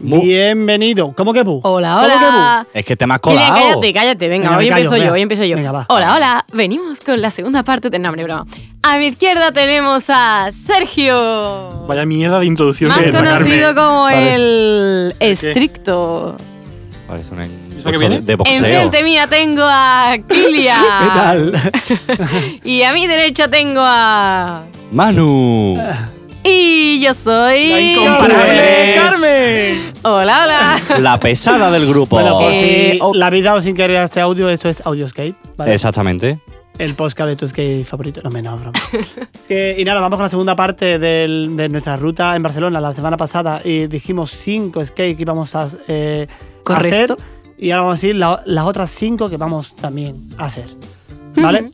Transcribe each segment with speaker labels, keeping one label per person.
Speaker 1: Bu.
Speaker 2: Bienvenido. ¿Cómo que bu?
Speaker 3: Hola,
Speaker 2: ¿Cómo
Speaker 3: hola.
Speaker 1: Es que te me has
Speaker 3: Muy bien,
Speaker 1: colado. Ah.
Speaker 3: cállate, cállate.
Speaker 2: Venga, me
Speaker 3: Venga, hoy
Speaker 2: callo,
Speaker 3: empiezo
Speaker 2: venga.
Speaker 3: yo, hoy empiezo yo.
Speaker 2: Venga, va.
Speaker 3: Hola, hola. Venimos con la segunda parte de No, hombre, broma. A mi izquierda tenemos a Sergio.
Speaker 4: Vaya mierda de introducción
Speaker 3: Más
Speaker 4: que es,
Speaker 3: conocido
Speaker 4: Carmen.
Speaker 3: como
Speaker 1: Vale.
Speaker 3: el estricto.
Speaker 1: Parece un
Speaker 4: eso que
Speaker 1: encocho
Speaker 4: viene?
Speaker 1: de, de boxeo.
Speaker 3: Enfrente mía tengo a
Speaker 2: ¿Qué
Speaker 3: Kilia.
Speaker 2: tal?
Speaker 3: y a mi derecha tengo a.
Speaker 1: Manu.
Speaker 3: Y yo
Speaker 4: La
Speaker 3: soy.
Speaker 4: incomparable
Speaker 1: Pues-
Speaker 4: Carmen.
Speaker 3: Hola, hola.
Speaker 1: La pesada del grupo.
Speaker 2: Bueno, por
Speaker 3: Eh,
Speaker 2: si
Speaker 3: o-
Speaker 2: la vida o sin querer a este audio, esto es Audio Skate. ¿vale?
Speaker 1: Exactamente.
Speaker 2: El podcast de tu skate favorito. No, menos, broma. Que- y nada, vamos con la segunda parte del- de nuestra ruta en Barcelona la semana pasada. Y dijimos cinco skate que íbamos a eh,
Speaker 3: Correcto.
Speaker 2: hacer. Y ahora vamos a decir la- las otras cinco que vamos también a hacer. ¿Vale?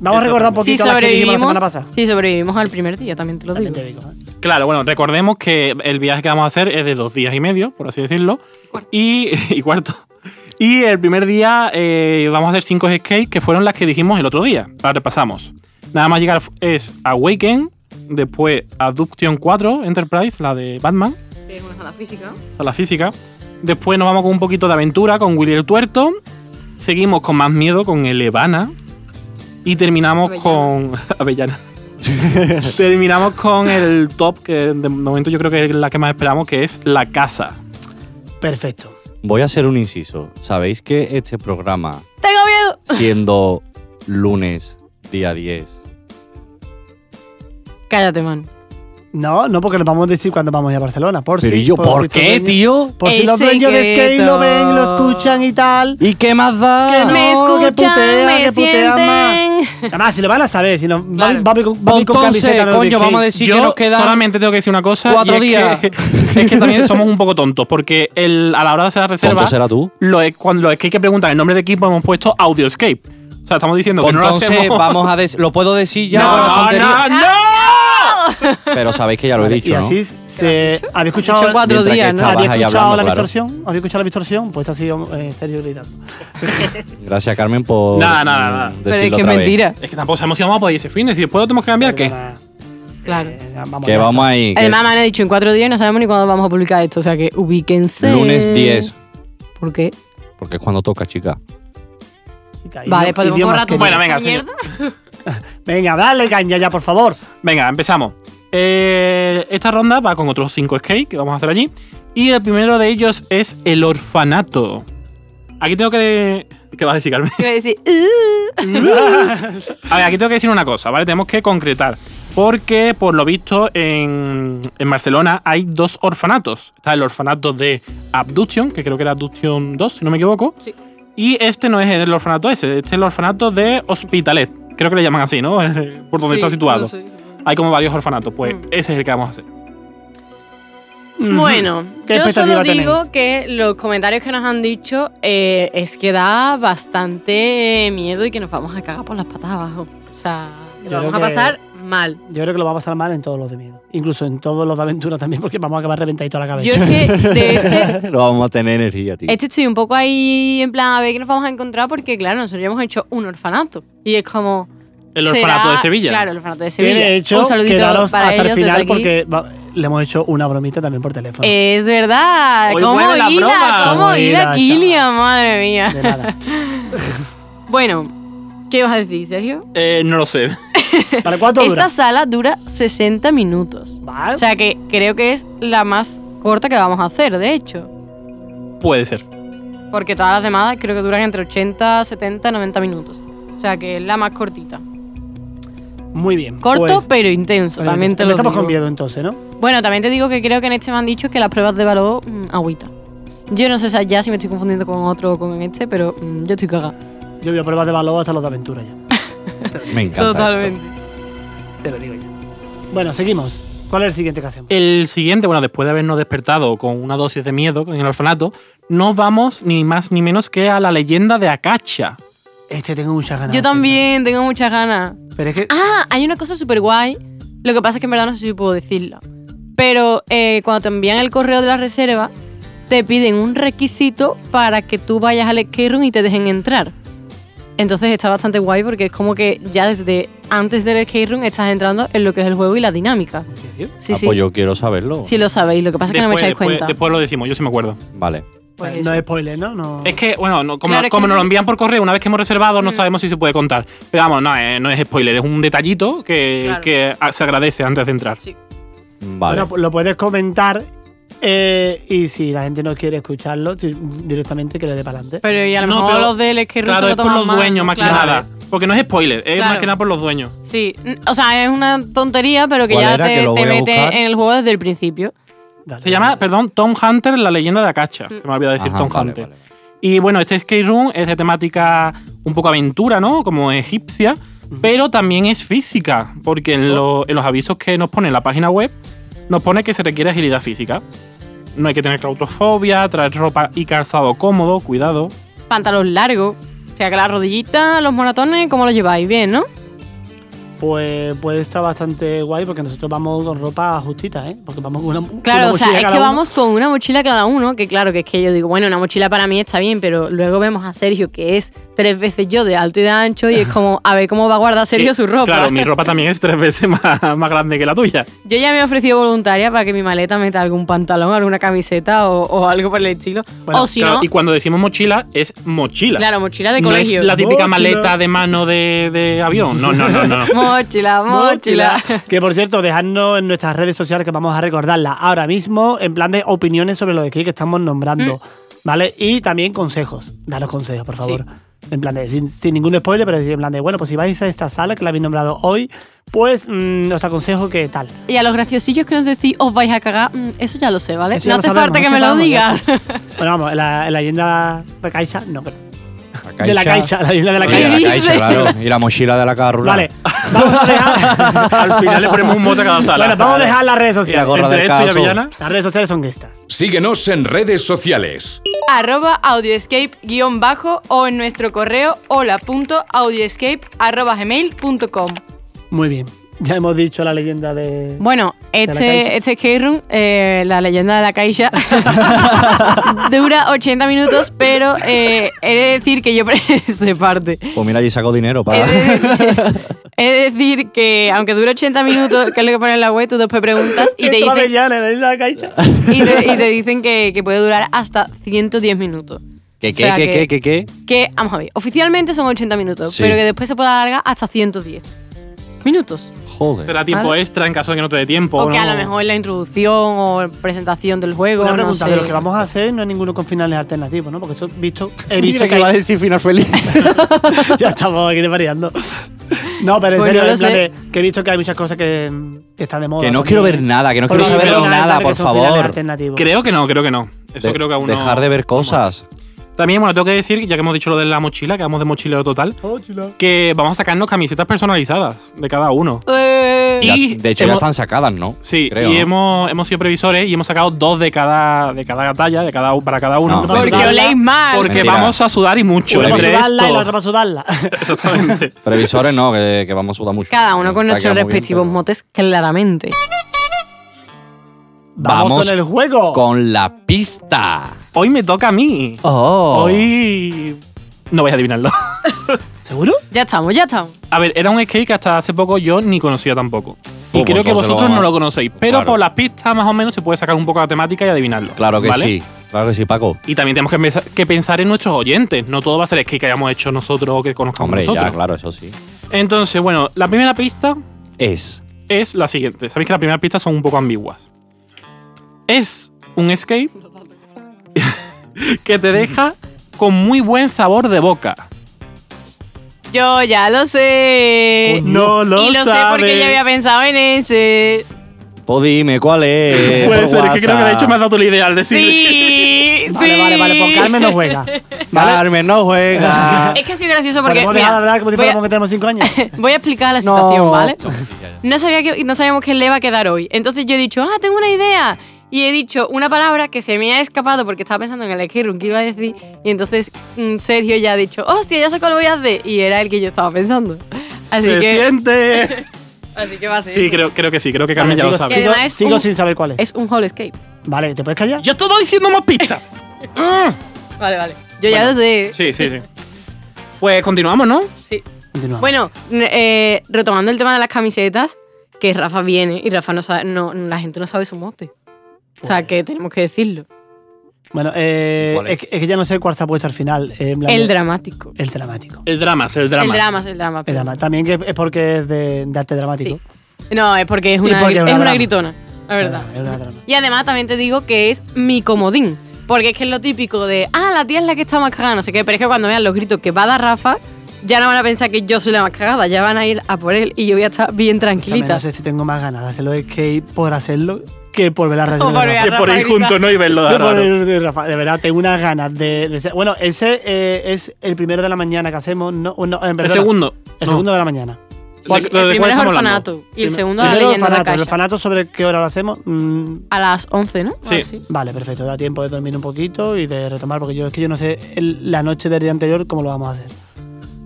Speaker 2: Vamos a recordar un
Speaker 3: Si
Speaker 2: poquito las que dijimos la
Speaker 3: sobrevivimos,
Speaker 2: semana pasada.
Speaker 3: si sobrevivimos al primer día, también te lo digo.
Speaker 2: También te digo, ¿eh?
Speaker 4: Claro, bueno, recordemos que el viaje que vamos a hacer es de dos días y medio, por así decirlo. Y, y cuarto. Y el primer día eh, vamos a hacer cinco skates que fueron las que dijimos el otro día. Las repasamos. Nada más llegar es Awaken, después Abduction 4 Enterprise, la de Batman,
Speaker 3: Es una sala física.
Speaker 4: o sea, la física. Después nos vamos con un poquito de aventura con Willy el Tuerto. Seguimos con más miedo con el Evana. Y terminamos con. Avellana. Terminamos con el top, que de momento yo creo que es la que más esperamos, que es la casa.
Speaker 2: Perfecto.
Speaker 1: Voy a hacer un inciso. ¿Sabéis que este programa,
Speaker 3: Tengo miedo.
Speaker 1: siendo lunes, día 10,
Speaker 3: Cállate, man.
Speaker 2: No, no, porque nos vamos a decir cuando vamos a ir a Barcelona. Por
Speaker 1: Pero
Speaker 2: si,
Speaker 1: ¿y yo por
Speaker 2: si
Speaker 1: qué,
Speaker 2: los dueños-
Speaker 1: tío?
Speaker 2: Por si
Speaker 3: El
Speaker 2: los dueños de skate lo ven, lo
Speaker 3: secreto.
Speaker 2: escuchan y tal.
Speaker 1: ¿Y qué más da?
Speaker 2: Que
Speaker 3: me
Speaker 2: no, que
Speaker 3: escuchan,
Speaker 2: putea,
Speaker 3: me
Speaker 2: que putea
Speaker 3: sienten.
Speaker 2: más. Además, si lo van a saber, si no, va-
Speaker 3: Claro.
Speaker 2: va, a ir con- va a ir con
Speaker 1: Entonces,
Speaker 2: camiseta, no
Speaker 1: coño,
Speaker 2: dije.
Speaker 1: vamos a decir que nos quedan
Speaker 4: solamente tengo que decir una cosa.
Speaker 1: cuatro
Speaker 4: y es
Speaker 1: días.
Speaker 4: Que, es que también somos un poco tontos, porque el- a la hora de hacer la reserva,
Speaker 1: ¿Tonto será tú?
Speaker 4: lo, cuando los skates que preguntan el nombre de equipo hemos puesto Audioscape. O sea, estamos diciendo que no lo
Speaker 1: Entonces,
Speaker 4: hacemos.
Speaker 1: vamos a decir. ¿Lo puedo decir ya? con las
Speaker 4: No,
Speaker 1: tonterías?
Speaker 4: no, no, no.
Speaker 1: Pero sabéis que ya lo he
Speaker 2: Vale,
Speaker 1: dicho,
Speaker 2: Y
Speaker 1: ¿no?
Speaker 2: así se. ¿Habéis escuchado,
Speaker 3: Dicho cuatro
Speaker 1: Mientras que
Speaker 3: días, ¿no?
Speaker 1: estabas
Speaker 2: ¿habéis
Speaker 1: ahí
Speaker 2: escuchado
Speaker 1: hablando,
Speaker 2: la
Speaker 1: claro.
Speaker 2: distorsión? ¿Habéis escuchado la distorsión? Pues ha sido eh, serio gritando.
Speaker 1: Gracias, Carmen, por.
Speaker 4: Nada, nada, nada.
Speaker 1: mm,
Speaker 3: Pero es
Speaker 1: decirlo
Speaker 3: que es
Speaker 1: otra vez.
Speaker 3: mentira.
Speaker 4: Es que tampoco sabemos si vamos a poder ir ese fin, si después lo tenemos que cambiar, ¿qué?
Speaker 2: Perdona,
Speaker 3: Claro.
Speaker 2: eh, vamos,
Speaker 1: Que
Speaker 2: ya
Speaker 1: vamos
Speaker 2: está.
Speaker 1: ahí. que
Speaker 3: Además, me han dicho en cuatro días y no sabemos ni cuándo vamos a publicar esto. O sea que ubíquense.
Speaker 1: lunes 10.
Speaker 3: ¿Por qué?
Speaker 1: Porque es cuando toca, chica.
Speaker 2: Chica,
Speaker 3: Vale,
Speaker 2: idio-
Speaker 3: podemos
Speaker 2: idiomas
Speaker 3: borrar tu
Speaker 2: que-
Speaker 4: Bueno, venga,
Speaker 3: mierda.
Speaker 2: Venga, dale caña ya, por favor.
Speaker 4: Venga, empezamos. Eh, esta ronda va con otros 5 skates que vamos a hacer allí. Y el primero de ellos es el orfanato. Aquí tengo que. ¿Qué vas a decir, Carmen?
Speaker 3: Te Iba a decir, "Uh".
Speaker 4: A ver, aquí tengo que decir una cosa, ¿vale? Tenemos que concretar. Porque, por lo visto, en, en Barcelona hay dos orfanatos. Está el orfanato de Abduction, que creo que era Abduction 2, si no me equivoco.
Speaker 3: Sí.
Speaker 4: Y este no es el orfanato ese, este es el orfanato de Hospitalet. Creo que le llaman así, ¿no? por donde
Speaker 3: Sí, Mm.
Speaker 4: está situado.
Speaker 3: no sé, supongo.
Speaker 4: Hay como varios orfanatos, pues ese es el que vamos a hacer.
Speaker 3: Bueno,
Speaker 2: ¿Qué
Speaker 3: yo solo
Speaker 2: expectativa
Speaker 3: digo
Speaker 2: tenéis?
Speaker 3: que los comentarios que nos han dicho eh, es que da bastante eh, miedo y que nos vamos a cagar por las patas abajo. O sea, que
Speaker 2: Yo
Speaker 3: lo vamos
Speaker 2: creo
Speaker 3: a
Speaker 2: que-
Speaker 3: pasar mal.
Speaker 2: Yo creo que lo va a pasar mal en todos los de miedo. Incluso en todos los de aventura también, porque vamos a acabar reventadito la
Speaker 3: Yo
Speaker 2: cabeza.
Speaker 3: es que de este,
Speaker 1: no vamos a tener energía, tío.
Speaker 3: este estoy un poco ahí en plan a ver qué nos vamos a encontrar porque, claro, nosotros ya hemos hecho un orfanato. Y es como...
Speaker 4: El
Speaker 3: será-
Speaker 4: orfanato de Sevilla.
Speaker 3: Claro, el orfanato de
Speaker 2: Que,
Speaker 3: Sevilla.
Speaker 2: de hecho,
Speaker 3: un saludito
Speaker 2: quedaros
Speaker 3: para
Speaker 2: hasta el
Speaker 3: ellos desde
Speaker 2: final
Speaker 3: aquí. Eh,
Speaker 2: porque va- le hemos hecho una bromita también por teléfono.
Speaker 3: Es verdad.
Speaker 4: Hoy
Speaker 3: ¿Cómo
Speaker 4: vuelve la
Speaker 3: hila?
Speaker 4: broma.
Speaker 3: ¿Cómo
Speaker 2: Cómo
Speaker 3: hila
Speaker 2: hila,
Speaker 3: Kilia?
Speaker 2: chaval.
Speaker 3: Madre mía.
Speaker 2: De nada.
Speaker 3: Bueno, ¿qué vas a decir, Sergio?
Speaker 4: Eh, no lo sé.
Speaker 2: ¿Para cuánto dura?
Speaker 3: Esta sala dura 60 minutos.
Speaker 2: Vale.
Speaker 3: O sea que creo que es la más corta que vamos a hacer, de hecho.
Speaker 4: Puede ser.
Speaker 3: Porque todas las demás creo que duran entre 80, 70, 90 minutos. O sea que es la más cortita.
Speaker 2: Muy bien.
Speaker 3: Corto
Speaker 2: pues,
Speaker 3: pero intenso,
Speaker 2: bueno,
Speaker 3: también
Speaker 2: entonces
Speaker 3: te lo
Speaker 2: Empezamos
Speaker 3: digo.
Speaker 2: con miedo entonces, ¿no?
Speaker 3: Bueno, también te digo que creo que en este me han dicho que las pruebas de valor, mm, agüita. Yo no sé si ya si me estoy confundiendo con otro o con este, pero mm, yo estoy cagada.
Speaker 2: Yo voy a probar de valor hasta los de aventura ya.
Speaker 1: Me encanta esto.
Speaker 3: Totalmente.
Speaker 2: Te lo digo ya. Bueno, seguimos. ¿Cuál es el siguiente que
Speaker 3: Eh,
Speaker 2: hacemos?
Speaker 4: El siguiente, bueno, después de habernos despertado con una dosis de miedo en el orfanato, nos vamos ni más ni menos que a la leyenda de Acacha.
Speaker 2: Este tengo muchas ganas.
Speaker 3: Yo
Speaker 2: de hacerlo.
Speaker 3: también tengo muchas ganas.
Speaker 2: Pero es que.
Speaker 3: Ah, hay una cosa súper guay. Lo que pasa es que en verdad no sé si puedo decirlo. Pero eh, cuando te envían el correo de la reserva, te piden un requisito para que tú vayas al escape room y te dejen entrar. Entonces está bastante guay porque es como que ya desde antes del escape room estás entrando en lo que es el juego y la dinámica.
Speaker 2: ¿En serio?
Speaker 3: Sí,
Speaker 1: Ah,
Speaker 3: sí.
Speaker 1: pues yo quiero saberlo.
Speaker 3: Sí lo sabéis, lo que pasa es que no me echáis
Speaker 4: después,
Speaker 3: cuenta.
Speaker 4: después lo decimos, yo sí me acuerdo.
Speaker 1: Vale.
Speaker 3: Pues
Speaker 2: no
Speaker 3: eso.
Speaker 2: es spoiler, ¿no? no.
Speaker 4: Es que, bueno, no- como,
Speaker 3: Claro, es que
Speaker 4: como
Speaker 3: no
Speaker 4: nos lo
Speaker 3: sé- Mm.
Speaker 4: envían por correo una vez que hemos reservado, no sabemos si se puede contar. Pero vamos, no, eh, no es spoiler, es un detallito que,
Speaker 3: Claro.
Speaker 4: que, ah, se agradece antes de entrar.
Speaker 3: Sí.
Speaker 1: Vale.
Speaker 2: Bueno, pues, lo puedes comentar. eh, y si la gente no quiere escucharlo, si- directamente que le dé para adelante.
Speaker 3: Pero y a lo
Speaker 4: No,
Speaker 3: mejor
Speaker 4: pero-
Speaker 3: los del escape room se
Speaker 4: Claro,
Speaker 3: lo
Speaker 4: es por
Speaker 3: toman
Speaker 4: los
Speaker 3: mal,
Speaker 4: dueños
Speaker 3: ¿no?
Speaker 4: más que
Speaker 3: Claro.
Speaker 4: nada. Porque no es spoiler, es más
Speaker 3: Claro.
Speaker 4: que nada por los dueños.
Speaker 3: Sí, n- o sea, es una tontería, pero que
Speaker 1: ¿Cuál
Speaker 3: ya
Speaker 1: era?
Speaker 3: te,
Speaker 1: Que lo
Speaker 3: te
Speaker 1: voy a
Speaker 3: mete
Speaker 1: buscar.
Speaker 3: en el juego desde el principio.
Speaker 2: Dale,
Speaker 4: Se llama,
Speaker 2: dale.
Speaker 4: perdón, Tom Hunter, la leyenda de Acacha.
Speaker 3: Mm.
Speaker 4: Se me ha olvidado decir
Speaker 1: Ajá,
Speaker 4: Tom
Speaker 1: vale,
Speaker 4: Hunter.
Speaker 1: vale, vale.
Speaker 4: Y bueno, este skate room es de temática un poco aventura, ¿no? Como egipcia, pero también es física, porque en,
Speaker 2: Oh.
Speaker 4: lo- en los avisos que nos pone la página web, nos pone que se requiere agilidad física. No hay que tener claustrofobia, traer ropa y calzado cómodo, cuidado.
Speaker 3: Pantalón largo. O sea, que la rodillita, los moratones, ¿cómo lo lleváis? Bien, ¿no?
Speaker 2: Pues puede estar bastante guay porque nosotros vamos con ropa justita, ¿eh? Porque vamos con una. con
Speaker 3: Claro,
Speaker 2: una
Speaker 3: o sea,
Speaker 2: mochila
Speaker 3: es
Speaker 2: cada
Speaker 3: que
Speaker 2: uno.
Speaker 3: vamos con una mochila cada uno, que claro, que es que yo digo, bueno, una mochila para mí está bien, pero luego vemos a Sergio, que es tres veces yo de alto y de ancho, y es como, a ver cómo va a guardar Sergio
Speaker 4: Que,
Speaker 3: su ropa.
Speaker 4: Claro, mi ropa también es tres veces más, más grande que la tuya.
Speaker 3: Yo ya me he ofrecido voluntaria para que mi maleta meta algún pantalón, alguna camiseta o, o algo por el estilo.
Speaker 2: Bueno,
Speaker 3: o si
Speaker 4: Claro,
Speaker 3: no,
Speaker 4: Y cuando decimos mochila, es mochila.
Speaker 3: claro, mochila de
Speaker 4: no es
Speaker 3: colegio.
Speaker 4: la
Speaker 2: Mochila.
Speaker 4: típica maleta de mano de, de avión. No, no, no, no. no.
Speaker 3: Mochila, mochila.
Speaker 2: Que por cierto, dejadnos en nuestras redes sociales que vamos a recordarlas ahora mismo, en plan de opiniones sobre lo de aquí que estamos nombrando.
Speaker 3: Mm.
Speaker 2: ¿Vale? Y también consejos. Danos consejos, por favor. En plan de, sin, sin ningún spoiler, pero decir en plan de, bueno, pues si vais a esta sala que la habéis nombrado hoy, pues mm, os aconsejo que tal.
Speaker 3: Y a los graciosillos que nos decís, os vais a cagar, mm, eso ya lo sé, ¿vale?
Speaker 2: Eso ya
Speaker 3: no
Speaker 2: lo
Speaker 3: hace
Speaker 2: sabemos,
Speaker 3: falta
Speaker 2: no
Speaker 3: que
Speaker 2: hace
Speaker 3: me lo
Speaker 2: falta, ya
Speaker 3: digas.
Speaker 2: está. Bueno, vamos, en la, en la leyenda de Caixa, no, pero. De la
Speaker 1: caixa.
Speaker 2: Caixa, la leyenda de la
Speaker 1: Y de
Speaker 2: Caixa.
Speaker 1: la
Speaker 3: ¿Qué
Speaker 1: caixa,
Speaker 3: dices?
Speaker 1: claro. Y la mochila de la caja rural.
Speaker 2: Vale, vamos a dejar.
Speaker 4: Al final le ponemos un mote a cada sala.
Speaker 2: bueno, vamos a dejar las redes
Speaker 1: Y la
Speaker 2: sociales.
Speaker 1: gorra
Speaker 4: Entre
Speaker 1: del
Speaker 4: esto y
Speaker 1: caso.
Speaker 4: Avellana.
Speaker 2: Las redes sociales son estas.
Speaker 5: Síguenos en redes sociales.
Speaker 6: arroba audioescape guión bajo o en nuestro correo hola.audioescape arroba gmail.com.
Speaker 2: Muy bien. Ya hemos dicho la leyenda de.
Speaker 3: Bueno,
Speaker 2: Caixa.
Speaker 3: este, este skate room, eh, la leyenda de la Caixa, dura 80 minutos, pero eh, he de decir que yo se parte.
Speaker 1: Pues mira, allí sacó dinero
Speaker 3: He
Speaker 1: para.
Speaker 3: de, he de decir que aunque dure 80 minutos, que es lo que pone en la web, tú después preguntas y te
Speaker 2: Esto
Speaker 3: dicen,
Speaker 2: Avellana, la leyenda de la Caixa.
Speaker 3: y te, y te dicen que, que puede durar hasta 110 minutos.
Speaker 1: ¿Qué,
Speaker 3: O
Speaker 1: qué,
Speaker 3: sea que-
Speaker 1: qué, qué, qué, qué?
Speaker 3: Que, vamos a ver, oficialmente son 80 minutos,
Speaker 1: Sí.
Speaker 3: pero que después se puede alargar hasta 110 minutos.
Speaker 1: Joder.
Speaker 4: Será tiempo
Speaker 3: Vale.
Speaker 4: extra en caso de que no te dé tiempo.
Speaker 3: o que a
Speaker 4: Pues ¿no?
Speaker 3: lo mejor la introducción o presentación del juego.
Speaker 2: Una
Speaker 3: no
Speaker 2: pregunta,
Speaker 3: sé.
Speaker 2: de lo que vamos a hacer no hay ninguno con finales alternativos, ¿no? Porque eso he visto, he visto
Speaker 1: Mira
Speaker 2: que,
Speaker 1: que va a
Speaker 2: hay-
Speaker 1: decir final feliz.
Speaker 2: ya estamos aquí variando. No, pero en
Speaker 3: Pues
Speaker 2: serio,
Speaker 3: no lo
Speaker 2: en plan
Speaker 3: sé.
Speaker 2: de que he visto que hay muchas cosas que, que están de moda.
Speaker 1: Que no
Speaker 2: también.
Speaker 1: quiero ver nada, que no
Speaker 2: Porque
Speaker 1: quiero
Speaker 2: hay
Speaker 1: saber
Speaker 2: finales
Speaker 1: nada, por
Speaker 2: alternativos que son finales
Speaker 1: favor.
Speaker 2: alternativos.
Speaker 4: Creo que no, creo que no. Eso
Speaker 1: De-
Speaker 4: creo que aún no-
Speaker 1: Dejar de ver cosas.
Speaker 4: También, bueno, tengo que decir, ya que hemos dicho lo de la mochila, que vamos de mochilero total,
Speaker 2: Oh, chula.
Speaker 4: que vamos a sacarnos camisetas personalizadas de cada uno.
Speaker 3: Eh,
Speaker 1: Ya-
Speaker 4: Y
Speaker 1: de hecho, ya
Speaker 4: hemos-
Speaker 1: están sacadas, ¿no?
Speaker 4: Sí,
Speaker 1: Creo,
Speaker 4: y
Speaker 1: ¿no?
Speaker 4: hemos, hemos sido previsores y hemos sacado dos de cada, de cada talla, de cada, para cada uno.
Speaker 1: No.
Speaker 2: Porque
Speaker 3: porque oléis mal.
Speaker 4: Porque
Speaker 1: Mentira.
Speaker 4: vamos a sudar y mucho.
Speaker 2: Una para
Speaker 1: Pues
Speaker 4: entre
Speaker 2: sudarla y la otra
Speaker 4: esto.
Speaker 2: para sudarla.
Speaker 4: Exactamente.
Speaker 1: Previsores no, que, que vamos a sudar mucho.
Speaker 3: cada uno con
Speaker 1: Está
Speaker 3: nuestros
Speaker 1: quedando muy bien,
Speaker 3: respectivos
Speaker 1: pero-
Speaker 3: motes, claramente.
Speaker 2: Vamos con el juego.
Speaker 1: Con la pista.
Speaker 4: Hoy me toca a mí.
Speaker 1: Oh.
Speaker 4: Hoy. No vais a adivinarlo.
Speaker 2: ¿Seguro?
Speaker 3: Ya estamos, ya estamos.
Speaker 4: A ver, era un skate que hasta hace poco yo ni conocía tampoco. Y
Speaker 1: Pues,
Speaker 4: creo que
Speaker 1: entonces lo
Speaker 4: vosotros
Speaker 1: vamos a-
Speaker 4: no lo conocéis. Pero
Speaker 1: Claro.
Speaker 4: por las pistas, más o menos, se puede sacar un poco la temática y adivinarlo.
Speaker 1: Claro que
Speaker 4: ¿vale?
Speaker 1: sí. Claro que sí, Paco.
Speaker 4: Y también tenemos que, pensa- que pensar en nuestros oyentes. No todo va a ser skate que hayamos hecho nosotros o que conozcamos
Speaker 1: Hombre,
Speaker 4: nosotros.
Speaker 1: ya, claro, eso sí.
Speaker 4: Entonces, bueno, la primera pista
Speaker 1: Es.
Speaker 4: es la siguiente. Sabéis que las primeras pistas son un poco ambiguas. Es un skate que te deja con muy buen sabor de boca.
Speaker 3: Yo ya lo
Speaker 2: Pues
Speaker 3: sé.
Speaker 4: No lo
Speaker 3: Eh, y lo sé porque
Speaker 4: sabes.
Speaker 3: yo había
Speaker 1: Eh,
Speaker 3: pensado en ese.
Speaker 1: Pues dime, ¿cuál es?
Speaker 4: Puede
Speaker 1: Por
Speaker 4: ser, es que creo que de
Speaker 1: WhatsApp.
Speaker 4: hecho me has dado tú la idea al decir.
Speaker 3: Sí,
Speaker 2: Vale, vale, vale, pues Carmen no juega.
Speaker 1: Carmen no juega.
Speaker 3: Es que ha sido gracioso porque.
Speaker 2: Podemos
Speaker 3: mira,
Speaker 2: dejar de hablar como si
Speaker 3: voy a-
Speaker 2: fuéramos que tenemos 5 años.
Speaker 3: Voy a explicar la
Speaker 1: No.
Speaker 3: situación, ¿vale? No, sabía que, no sabíamos que le va a quedar hoy. Entonces yo he dicho, ah, tengo una idea. Y he dicho una palabra que se me ha escapado porque estaba pensando en el escape room que iba a decir. Y entonces mm, Sergio ya ha dicho, hostia, ya sé cuál voy a hacer. Y era el que yo estaba pensando. Así,
Speaker 4: ¡Se
Speaker 3: que,
Speaker 4: siente!
Speaker 3: así que va a ser.
Speaker 4: Sí,
Speaker 3: eso.
Speaker 4: creo, creo que sí, creo que Carmen ya lo
Speaker 2: sigo,
Speaker 4: sabe.
Speaker 3: Que
Speaker 2: sigo-
Speaker 3: además es
Speaker 2: sigo
Speaker 3: un-
Speaker 2: sin saber cuál es.
Speaker 3: Es un hall escape.
Speaker 2: Vale, ¿te puedes callar?
Speaker 4: ¡Yo te voy diciendo más pistas!
Speaker 3: Vale, vale. Yo ya lo sé.
Speaker 4: Sí, sí, sí. Pues continuamos, ¿no?
Speaker 3: Sí.
Speaker 2: Continúa.
Speaker 3: Bueno, n- eh, retomando el tema de las camisetas, que Rafa viene y Rafa no sabe, no, la gente no sabe su mote. O sea, que tenemos que decirlo.
Speaker 2: Bueno, eh,
Speaker 1: ¿Y cuál es?
Speaker 2: es, que- es que ya no sé cuál se ha puesto al final. eh, en plan
Speaker 3: El
Speaker 2: de-
Speaker 3: dramático.
Speaker 2: El dramático.
Speaker 4: El dramas, el dramas.
Speaker 3: El drama, el drama.
Speaker 2: El
Speaker 3: perdón.
Speaker 2: drama. También que es porque es de, de arte dramático.
Speaker 3: No, es porque es
Speaker 2: Y
Speaker 3: una,
Speaker 2: porque
Speaker 3: gri-
Speaker 2: es una
Speaker 3: es una
Speaker 2: drama.
Speaker 3: gritona, la verdad.
Speaker 2: Es una drama.
Speaker 3: Y además también te digo que es mi comodín. Porque es que es lo típico de, ah, la tía es la que está más cagada, no sé qué. Pero es que cuando vean los gritos que va a dar Rafa, ya no van a pensar que yo soy la más cagada. Ya van a ir a por él y yo voy a estar bien
Speaker 2: Escúchame,
Speaker 3: tranquilita.
Speaker 2: No sé si tengo más ganas de hacerlo skate por hacerlo que por ver la
Speaker 3: O
Speaker 2: reacción
Speaker 3: por
Speaker 2: de
Speaker 3: ver
Speaker 2: Rafa.
Speaker 4: Que por ahí
Speaker 3: Rafa grita.
Speaker 4: juntos, ¿no? Y verlo
Speaker 2: Yo
Speaker 4: de
Speaker 2: por
Speaker 4: raro.
Speaker 2: ver de Rafa. De verdad, tengo unas ganas de, de ser- Bueno, ese eh, es el primero de la mañana que hacemos. No, no, eh,
Speaker 4: El
Speaker 2: perdona,
Speaker 4: segundo.
Speaker 2: El
Speaker 4: No.
Speaker 2: segundo de la mañana.
Speaker 3: Porque
Speaker 4: ¿De- de- de
Speaker 3: el
Speaker 4: cuál
Speaker 3: primero es
Speaker 4: estamos hablando?
Speaker 3: orfanato y el
Speaker 4: Prima-
Speaker 3: segundo la
Speaker 2: Primero el
Speaker 3: leyenda de la
Speaker 2: orfanato. ¿El
Speaker 3: calle.
Speaker 2: orfanato sobre qué hora lo hacemos? Mm,
Speaker 3: A las 11, ¿no? O
Speaker 4: Sí.
Speaker 3: así.
Speaker 2: Vale, perfecto. Da tiempo de dormir un poquito y de retomar, porque yo es que yo no sé el- la noche del día anterior cómo lo vamos a hacer.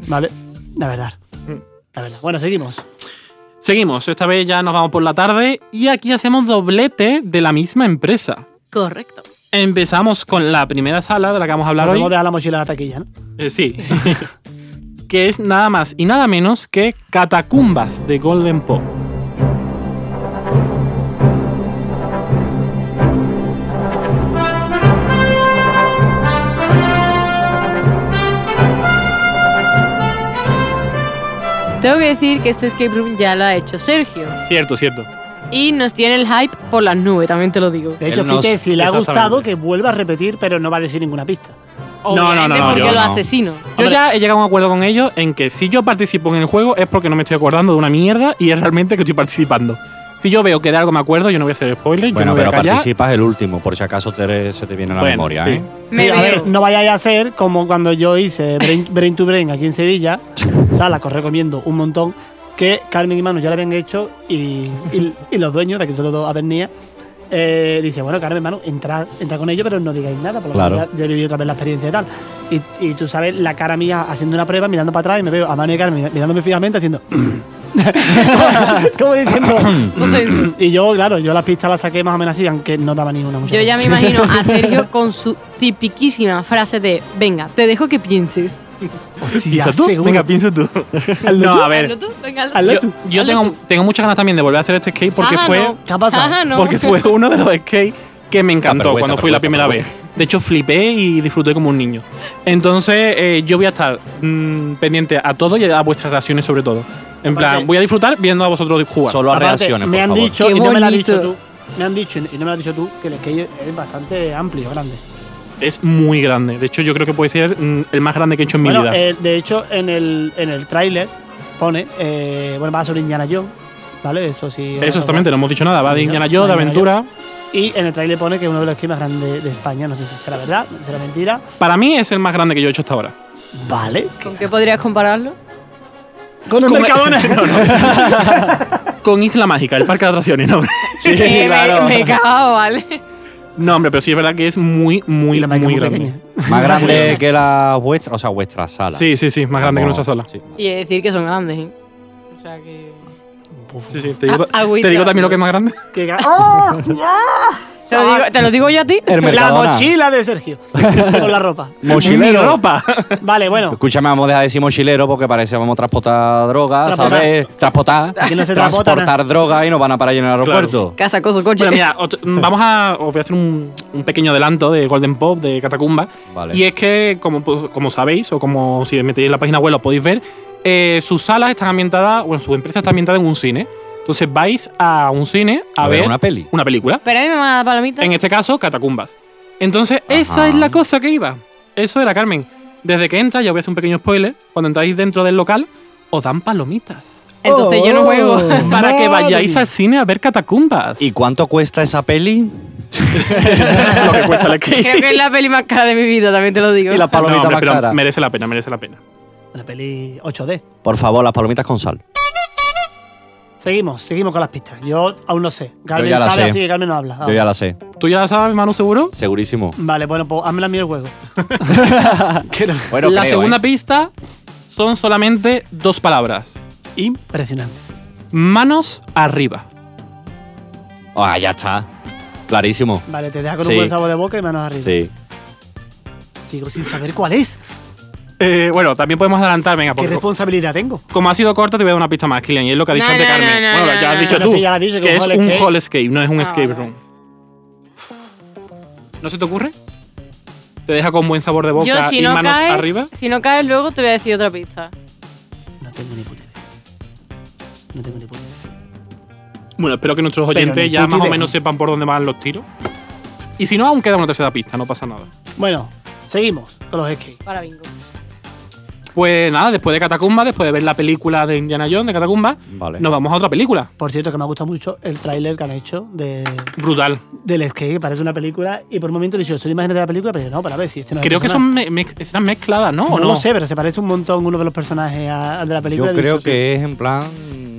Speaker 2: Vale, la verdad.
Speaker 4: Mm.
Speaker 2: La verdad. Bueno, seguimos.
Speaker 4: Seguimos, esta vez ya nos vamos por la tarde y aquí hacemos doblete de la misma empresa.
Speaker 3: Correcto.
Speaker 4: Empezamos con la primera sala de la que vamos a hablar
Speaker 2: Podemos
Speaker 4: hoy.
Speaker 2: dejar la mochila en la taquilla, ¿no?
Speaker 4: Eh, sí. que es nada más y nada menos que Catacumbas de Golden Pop.
Speaker 3: Tengo que decir que este escape room ya lo ha hecho Sergio.
Speaker 4: Cierto, cierto.
Speaker 3: Y nos tiene el hype por las nubes, también te lo digo.
Speaker 2: De hecho,
Speaker 1: Él nos-
Speaker 2: Fite, si le ha gustado,
Speaker 4: exactamente.
Speaker 2: que vuelva a repetir, pero no va a decir ninguna pista.
Speaker 4: no, no,
Speaker 3: Obviamente
Speaker 4: no,
Speaker 3: Porque
Speaker 4: yo
Speaker 3: lo
Speaker 1: no.
Speaker 3: asesino.
Speaker 4: Yo
Speaker 2: Hombre.
Speaker 4: ya he llegado a un acuerdo con ellos en que si yo participo en el juego es porque no me estoy acordando de una mierda y es realmente que estoy participando. Si yo veo que de algo me acuerdo, yo no voy a hacer spoiler, yo
Speaker 1: Bueno,
Speaker 4: no voy
Speaker 1: pero
Speaker 4: a callar.
Speaker 1: participas el último, por si acaso te- se te viene a la
Speaker 4: Bueno,
Speaker 1: memoria,
Speaker 4: sí.
Speaker 1: ¿eh?
Speaker 3: Me
Speaker 2: Sí, a
Speaker 3: veo.
Speaker 2: ver, no vayáis a hacer como cuando yo hice Brain, Brain to Brain aquí en Sevilla, sala que os recomiendo un montón, que Carmen y Manu ya la habían hecho y, y- y los dueños, de aquí solo dos Avernía, eh, dice, bueno, Carmen, Manu, entra, entra con ellos, pero no digáis nada, por lo
Speaker 1: Claro.
Speaker 2: menos ya, ya he vivido otra vez la experiencia y tal. Y, y tú sabes, la cara mía haciendo una prueba, mirando para atrás y me veo a Manu y Carmen mirándome fijamente haciendo... ¿Cómo diciendo? y yo, claro, yo las pistas las saqué más o menos así, aunque no daba ninguna mucha
Speaker 3: Yo ya me
Speaker 2: pista.
Speaker 3: imagino a Sergio con su tipiquísima frase de venga, te dejo que pienses.
Speaker 2: Hostia,
Speaker 4: Piensa tú,
Speaker 2: seguro.
Speaker 4: venga, piensa tú. no, a ver.
Speaker 3: Hazlo tú, venga, hazlo.
Speaker 2: Hazlo
Speaker 4: Yo,
Speaker 2: tú.
Speaker 4: yo
Speaker 3: Hazlo
Speaker 4: tengo, tengo muchas ganas también de volver a hacer este skate porque
Speaker 3: Ajá,
Speaker 4: fue
Speaker 3: no.
Speaker 2: ¿Qué ha pasado?
Speaker 3: Ajá, no.
Speaker 4: porque fue uno de los skates que me encantó
Speaker 1: Tupperware,
Speaker 4: cuando fui la
Speaker 1: Tupperware,
Speaker 4: primera
Speaker 1: Tupperware.
Speaker 4: vez. De hecho, flipé y disfruté como un niño. Entonces, eh, yo voy a estar mm, pendiente a todo y a vuestras reacciones sobre todo. En plan,
Speaker 2: Aparte-
Speaker 4: voy a disfrutar viendo a vosotros jugar.
Speaker 1: Solo a
Speaker 2: Aparte,
Speaker 1: reacciones,
Speaker 2: me
Speaker 1: por
Speaker 2: han
Speaker 1: favor.
Speaker 2: dicho
Speaker 3: Qué
Speaker 2: y no me lo has
Speaker 3: bonito.
Speaker 2: dicho tú me han dicho y no me lo has dicho tú que el skate es bastante amplio grande
Speaker 4: Es muy grande. De hecho, yo creo que puede ser mm, el más grande que he hecho en mi
Speaker 2: bueno
Speaker 4: vida.
Speaker 2: eh, de hecho en el en el tráiler pone eh, bueno va sobre Indiana Jones vale eso sí
Speaker 4: Eso exactamente, no hemos dicho nada. Va de
Speaker 2: Indiana-
Speaker 4: Indiana Jones, de
Speaker 2: Indiana
Speaker 4: aventura.
Speaker 2: y en el tráiler pone que es uno de los esquemas grandes de España no sé si será verdad será mentira
Speaker 4: Para mí es el más grande que yo he hecho hasta ahora.
Speaker 2: vale
Speaker 3: ¿Con qué podrías compararlo?
Speaker 2: con el
Speaker 4: Con-
Speaker 2: Mercadona
Speaker 4: No, no. Con Isla Mágica, el parque de atracciones, ¿no?
Speaker 1: Sí,
Speaker 3: Eh, me-
Speaker 1: claro.
Speaker 3: Me, cago, ¿vale?
Speaker 4: No, hombre, pero sí es verdad que es muy, muy,
Speaker 2: Y la máquina
Speaker 4: muy
Speaker 2: muy
Speaker 4: grande.
Speaker 2: pequeña.
Speaker 1: Más grande que la vuestra, o sea, vuestra sala.
Speaker 4: Sí, sí, sí, más grande que nuestra sala.
Speaker 1: Sí.
Speaker 3: Y he de decir que son grandes, ¿eh? O sea que.
Speaker 4: Sí, sí, te digo,
Speaker 3: Ah, agüita.
Speaker 4: te digo también lo que es más grande.
Speaker 2: Que ga- ¡Oh, ya!
Speaker 3: ¿Te
Speaker 4: Ah.
Speaker 3: lo, digo, te lo digo yo a ti.
Speaker 1: El
Speaker 2: la
Speaker 1: Mercadona.
Speaker 2: mochila de Sergio con la ropa
Speaker 4: Mi
Speaker 1: Mochilero.
Speaker 4: ropa.
Speaker 2: vale bueno
Speaker 1: Escúchame, vamos a dejar de decir mochilero porque parece que vamos a transportar drogas,
Speaker 2: Transportar.
Speaker 1: ¿sabes? Transportar.
Speaker 2: Aquí no se transporta
Speaker 1: transportar drogas y nos van a parar en el aeropuerto.
Speaker 3: Casa, coso, coche.
Speaker 4: Bueno, mira, ot- vamos a. Os voy a hacer un, un pequeño adelanto de Golden Pop, de Catacumba.
Speaker 1: Vale.
Speaker 4: Y es que, como, pues, como sabéis, o como si metéis en la página web lo podéis ver, eh, sus salas están ambientadas, bueno, su empresa está ambientada en un cine. Entonces vais a un cine a,
Speaker 1: A ver una peli.
Speaker 4: Una película.
Speaker 3: Pero a mí me manda la palomita.
Speaker 4: En este caso, catacumbas. Entonces, esa
Speaker 1: Ajá.
Speaker 4: es la cosa que iba. Eso era, Carmen. Desde que entras, ya os voy a hacer un pequeño spoiler. Cuando entráis dentro del local, os dan palomitas.
Speaker 3: Entonces
Speaker 2: Oh.
Speaker 3: yo no juego.
Speaker 4: Para
Speaker 2: Madre
Speaker 4: que vayáis
Speaker 2: mía.
Speaker 4: al cine a ver catacumbas.
Speaker 1: ¿Y cuánto cuesta esa peli?
Speaker 4: lo que cuesta el skate.
Speaker 3: Creo que es la peli más cara de mi vida, también te lo digo.
Speaker 1: Y la
Speaker 4: No,
Speaker 1: palomita
Speaker 4: hombre,
Speaker 1: más
Speaker 4: pero
Speaker 1: cara.
Speaker 4: merece la pena, merece la pena.
Speaker 2: Una peli 8D.
Speaker 1: Por favor, las palomitas con sal.
Speaker 2: Seguimos, seguimos con las pistas. Yo aún no sé. Carmen
Speaker 1: ya la
Speaker 2: sabe,
Speaker 1: sé.
Speaker 2: así que Carmen no habla.
Speaker 1: Yo ya la sé.
Speaker 4: ¿Tú ya la sabes, Manu, seguro?
Speaker 1: Segurísimo.
Speaker 2: Vale, bueno, pues hazme la mía el juego. Que no-
Speaker 1: Bueno,
Speaker 4: la
Speaker 1: creo,
Speaker 4: segunda
Speaker 1: ¿eh?
Speaker 4: pista son solamente dos palabras.
Speaker 2: Impresionante.
Speaker 4: Manos arriba.
Speaker 1: Ah, ya está. Clarísimo.
Speaker 2: Vale, te deja con
Speaker 1: Sí.
Speaker 2: un buen sabor de boca y manos arriba.
Speaker 1: Sí.
Speaker 2: Sigo sin saber cuál es.
Speaker 4: Eh, bueno, también podemos adelantar, venga,
Speaker 2: ¿Qué
Speaker 1: pues-
Speaker 4: porque
Speaker 2: responsabilidad tengo?
Speaker 4: como ha sido corta, te voy a dar una pista más, Kilian, y es lo que ha dicho
Speaker 3: No,
Speaker 4: antes
Speaker 3: no,
Speaker 4: Carmen.
Speaker 3: no, no,
Speaker 4: bueno,
Speaker 3: no,
Speaker 4: ya has
Speaker 3: no,
Speaker 4: dicho
Speaker 2: no.
Speaker 4: tú
Speaker 2: Sí, ya la dice, que
Speaker 4: que
Speaker 2: un
Speaker 4: es
Speaker 2: hall
Speaker 4: un
Speaker 2: escape.
Speaker 4: hall escape, no es un
Speaker 3: Ah,
Speaker 4: escape
Speaker 3: vale.
Speaker 4: room. ¿No se te ocurre? ¿Te deja con buen sabor de boca
Speaker 3: Yo, si
Speaker 4: y
Speaker 3: no,
Speaker 4: manos
Speaker 3: caes,
Speaker 4: arriba?
Speaker 3: si no caes, luego te voy a decir otra pista.
Speaker 2: No tengo ni puta idea. No tengo ni puta idea.
Speaker 4: Bueno, espero que nuestros
Speaker 2: Pero
Speaker 4: oyentes
Speaker 2: ni
Speaker 4: ya
Speaker 2: puta
Speaker 4: más o
Speaker 2: idea.
Speaker 4: menos sepan por dónde van los tiros. Y si no, aún queda una tercera pista, no pasa nada.
Speaker 2: Bueno, seguimos con los skates.
Speaker 3: Para bingo.
Speaker 4: Pues nada, después de Catacumba, después de ver la película de Indiana Jones de Catacumba,
Speaker 1: Vale.
Speaker 4: nos vamos a otra película.
Speaker 2: Por cierto, que me ha gustado mucho el tráiler que han hecho de,
Speaker 4: Brutal.
Speaker 2: del skate, que parece una película. Y por un momento he dicho, estoy imagen de la película, pero no, para ver si este no es el
Speaker 4: Creo que
Speaker 2: personaje.
Speaker 4: son me- me- escenas mezcladas, ¿no? ¿O
Speaker 2: No, lo sé, pero se parece un montón uno de los personajes a- al de la
Speaker 1: Yo
Speaker 2: película. He
Speaker 1: creo
Speaker 2: dicho,
Speaker 1: que es en plan. mm,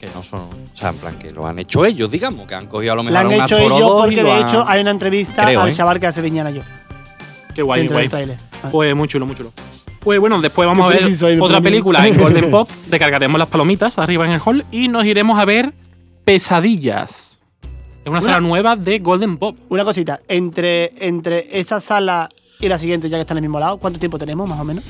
Speaker 1: Que no son. O sea, en plan que lo han hecho ellos, digamos. Que han cogido a lo
Speaker 2: La
Speaker 1: mejor
Speaker 2: han
Speaker 1: a un
Speaker 2: hecho
Speaker 1: actor o
Speaker 2: ellos
Speaker 1: dos y
Speaker 2: porque de
Speaker 1: lo han.
Speaker 2: hecho hay una entrevista
Speaker 1: Creo,
Speaker 2: al
Speaker 1: ¿eh?
Speaker 2: chaval que hace Viñana yo
Speaker 4: Qué guay,
Speaker 2: dentro
Speaker 4: guay.
Speaker 2: del tráiler. Ah. Vale.
Speaker 4: Pues muy chulo, muy chulo. Pues bueno, después vamos a
Speaker 2: Qué
Speaker 4: ver
Speaker 2: friki soy, me
Speaker 4: otra
Speaker 2: pone miedo.
Speaker 4: película en Golden Pop. Recargaremos las palomitas arriba en el hall y nos iremos a ver Pesadillas. Es una sala nueva de Golden Pop.
Speaker 2: Una cosita, entre, entre esa sala y la siguiente, ya que están en el mismo lado, ¿cuánto tiempo tenemos más o menos?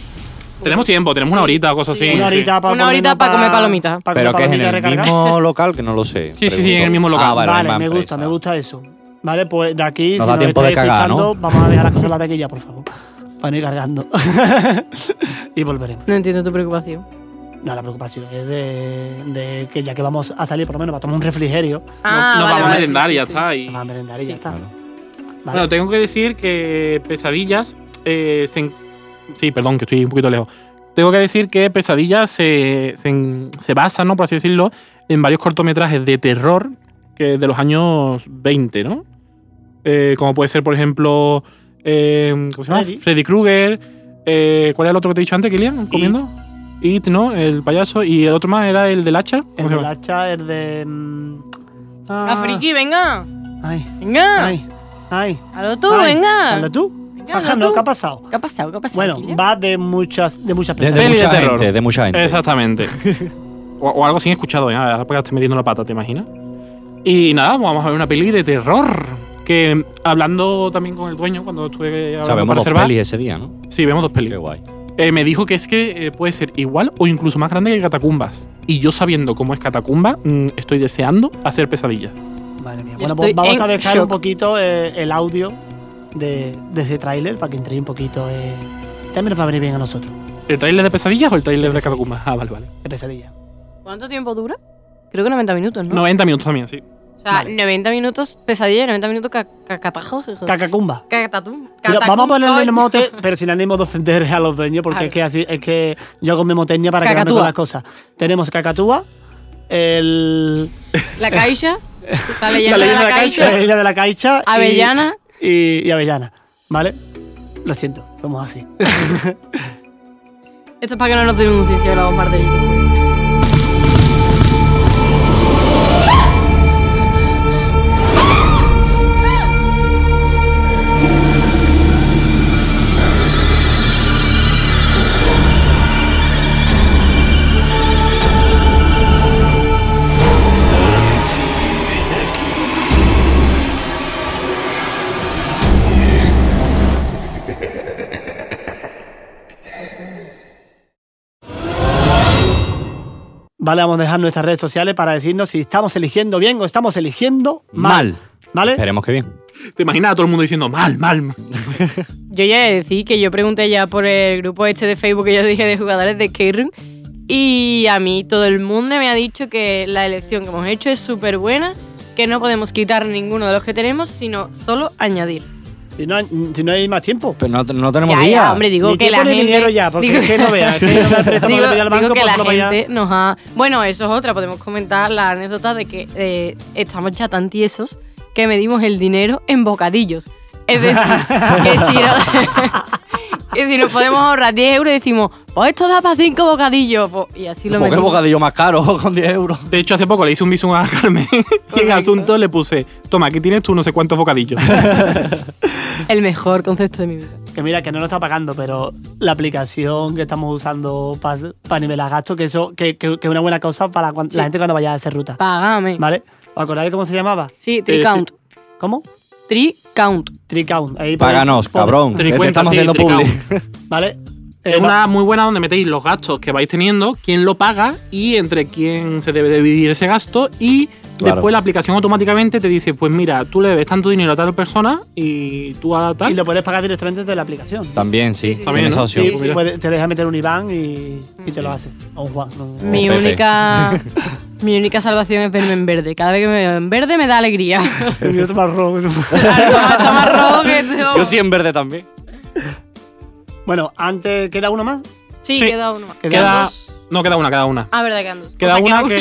Speaker 4: Tenemos tiempo, tenemos
Speaker 3: Sí,
Speaker 4: una horita o cosas
Speaker 3: sí.
Speaker 4: así.
Speaker 2: Una horita para
Speaker 3: Una horita pa' comer palomitas.
Speaker 2: pa' comer
Speaker 1: Pero que es en
Speaker 2: palomitas
Speaker 1: el
Speaker 2: recargadas.
Speaker 1: mismo local, que no lo sé.
Speaker 4: Sí, sí, sí, en el
Speaker 1: pregunto.
Speaker 4: mismo local.
Speaker 1: Ah, vale,
Speaker 2: Vale,
Speaker 1: misma
Speaker 2: me
Speaker 1: empresa.
Speaker 2: gusta, me gusta eso. Vale, pues de aquí,
Speaker 1: Nos
Speaker 2: si
Speaker 1: da
Speaker 2: nos
Speaker 1: tiempo de
Speaker 2: estáis
Speaker 1: cagar, ¿no?
Speaker 2: escuchando, vamos a dejar las cosas en la taquilla, por favor. Para no ir cargando. y volveremos.
Speaker 3: No entiendo tu preocupación.
Speaker 2: No, la preocupación es de, de que ya que vamos a salir, por lo menos, para tomar un refrigerio,
Speaker 3: Ah, vale,
Speaker 4: no, vamos
Speaker 3: vale,
Speaker 4: a merendar
Speaker 3: sí,
Speaker 4: y ya
Speaker 3: sí, sí.
Speaker 4: está. y-
Speaker 2: vamos a merendar y ya está.
Speaker 1: Claro.
Speaker 2: Vale.
Speaker 4: Bueno, tengo que decir que Pesadillas. eh, se en- Sí, perdón, que estoy un poquito lejos. Tengo que decir que Pesadillas se, se, en- se basa, ¿no? Por así decirlo, en varios cortometrajes de terror que de los años 20, ¿no? Eh, como puede ser, por ejemplo, eh, ¿cómo se llama?
Speaker 2: Freddy.
Speaker 4: Freddy, Krueger. eh, ¿Cuál era el otro que te he dicho antes, Kilian? ¿Comiendo? It, ¿no? El payaso. Y el otro más era el del hacha.
Speaker 2: el
Speaker 4: ¿Cómo se
Speaker 2: del
Speaker 4: llama?
Speaker 2: hacha, el de. mm,
Speaker 3: Ah, friki, venga.
Speaker 2: Ay,
Speaker 3: Venga.
Speaker 2: ay, ay.
Speaker 3: Hazlo tú,
Speaker 2: ay.
Speaker 3: venga.
Speaker 2: Hazlo tú.
Speaker 3: Venga, hazlo
Speaker 2: Ajá, no,
Speaker 3: tú.
Speaker 2: ¿Qué ha pasado?
Speaker 3: ¿Qué ha pasado? ¿Qué ha pasado?
Speaker 2: Bueno,
Speaker 3: Kilian?
Speaker 2: va de muchas, de muchas
Speaker 1: De, de
Speaker 2: personas.
Speaker 4: Peli de
Speaker 1: mucha
Speaker 4: terror.
Speaker 1: gente, de mucha gente.
Speaker 4: Exactamente. o, o algo sin escuchado, ¿eh? ahora porque estoy metiendo la pata, ¿te imaginas? Y nada, pues, vamos a ver una peli de terror. Que hablando también con el dueño cuando estuve hablando
Speaker 1: Sabemos
Speaker 4: para
Speaker 1: dos
Speaker 4: reservar.
Speaker 1: pelis ese día, ¿no?
Speaker 4: Sí, vemos dos pelis.
Speaker 1: Qué guay.
Speaker 4: Eh, me dijo que es que eh, puede ser igual o incluso más grande que Catacumbas. Y yo sabiendo cómo es Catacumba, mm, estoy deseando hacer pesadillas.
Speaker 2: Madre mía.
Speaker 3: Yo
Speaker 2: Bueno, pues
Speaker 3: estoy
Speaker 2: vamos
Speaker 3: en
Speaker 2: a dejar un
Speaker 3: shock.
Speaker 2: poquito eh, el audio de, de ese tráiler para que entréis un poquito. eh, También nos va a venir bien a nosotros.
Speaker 4: ¿El tráiler de pesadillas o el tráiler de Catacumbas? Ah, vale, vale.
Speaker 2: De pesadilla.
Speaker 3: ¿Cuánto tiempo dura? Creo que 90 minutos, ¿no?
Speaker 4: 90 minutos también, sí.
Speaker 3: o sea,
Speaker 2: vale.
Speaker 3: 90 minutos pesadilla y 90 minutos ca- ca- catajo.
Speaker 2: Cacacumba.
Speaker 3: Catatum.
Speaker 2: Pero
Speaker 3: catacum-
Speaker 2: vamos a ponerle el
Speaker 3: coño.
Speaker 2: mote, pero sin ánimo de ofender a los dueños, porque
Speaker 3: Claro.
Speaker 2: es que así es que yo hago memotecnia para quedarme
Speaker 3: Cacatúa.
Speaker 2: con las cosas. Tenemos cacatúa, el
Speaker 3: La caixa. La leyenda,
Speaker 4: leyenda
Speaker 3: de
Speaker 4: de
Speaker 3: la
Speaker 4: la
Speaker 3: caixa.
Speaker 2: el de la caixa, y-
Speaker 3: Avellana.
Speaker 2: y, y avellana, ¿vale? Lo siento, somos así.
Speaker 3: Esto es para que no nos denuncien si hablamos más de ellos.
Speaker 2: Vale, vamos a dejar nuestras redes sociales para decirnos si estamos eligiendo bien o estamos eligiendo mal.
Speaker 1: Mal.
Speaker 2: ¿Vale?
Speaker 1: Esperemos que bien.
Speaker 4: ¿Te imaginas a todo el mundo diciendo mal, mal?
Speaker 3: Yo ya he de decir que yo pregunté ya por el grupo este de Facebook que yo dije de jugadores de Skyrim y a mí todo el mundo me ha dicho que la elección que hemos hecho es súper buena, que no podemos quitar ninguno de los que tenemos, sino solo añadir.
Speaker 2: Si no, si no hay más tiempo.
Speaker 1: Pero no, no tenemos
Speaker 3: Ya,
Speaker 1: día.
Speaker 3: ya, hombre, digo
Speaker 2: Ni
Speaker 3: que la
Speaker 2: tiempo ni
Speaker 3: gente...
Speaker 2: dinero ya, porque es que no veas, que no me presta para
Speaker 3: digo,
Speaker 2: pillar al
Speaker 3: digo
Speaker 2: banco,
Speaker 3: que
Speaker 2: pues
Speaker 3: la
Speaker 2: no vaya.
Speaker 3: gente nos ha... Bueno, eso es otra, podemos comentar la anécdota de que eh, estamos ya tan tiesos que medimos el dinero en bocadillos. Es decir, que si, no- que si nos podemos ahorrar 10 euros, decimos, pues esto da para 5 bocadillos. pues, y así lo
Speaker 1: Como que
Speaker 3: medimos.
Speaker 1: bocadillo más caro con 10 euros.
Speaker 4: De hecho, hace poco le hice un visum a Carmen y en
Speaker 3: Correcto.
Speaker 4: asunto le puse, toma, aquí tienes tú no sé cuántos bocadillos.
Speaker 3: El mejor concepto de mi vida.
Speaker 2: Que mira, que no lo está pagando, pero la aplicación que estamos usando para nivelar gastos, que eso que, que- que es una buena cosa para cuan- la gente cuando vaya a hacer ruta.
Speaker 3: Págame.
Speaker 2: ¿Vale? ¿Os acordáis cómo se llamaba?
Speaker 3: Sí,
Speaker 4: Eh, sí.
Speaker 3: tricount.
Speaker 2: ¿Cómo?
Speaker 3: Tricount.
Speaker 2: Tricount. Ahí podéis-
Speaker 1: Páganos,
Speaker 2: podéis-
Speaker 1: cabrón. que te
Speaker 4: Tricuenta,
Speaker 1: estamos
Speaker 4: sí,
Speaker 1: haciendo
Speaker 4: tricao.
Speaker 1: public.
Speaker 2: ¿Vale? Eh,
Speaker 4: Es una muy buena donde metéis los gastos que vais teniendo, quién lo paga y entre quién se debe dividir ese gasto. Y
Speaker 1: Claro.
Speaker 4: después la aplicación automáticamente te dice, pues mira, tú le debes tanto dinero a tal persona y tú a
Speaker 2: va-
Speaker 4: tal.
Speaker 2: Y lo puedes pagar directamente desde la aplicación.
Speaker 1: También, sí.
Speaker 4: sí,
Speaker 1: También
Speaker 4: sí.
Speaker 1: esa opción.
Speaker 4: Sí,
Speaker 2: Y
Speaker 4: pues mira.
Speaker 2: puede- te deja meter un Iván y, y te lo hace. O un Juan. no-
Speaker 3: Mi
Speaker 1: Pepe.
Speaker 3: única, mi única salvación es verme en verde. Cada vez que me veo en verde me da alegría.
Speaker 2: Y otro marrón.
Speaker 3: Claro, toma- toma rojo que-
Speaker 1: Yo estoy en verde también.
Speaker 2: bueno, antes queda uno más.
Speaker 3: Sí,
Speaker 4: Sí.
Speaker 3: queda uno más.
Speaker 2: Quedan
Speaker 4: queda,
Speaker 2: dos.
Speaker 4: No, queda una, queda una.
Speaker 3: Ah, verdad, quedan dos.
Speaker 4: Queda
Speaker 3: O sea,
Speaker 4: una que...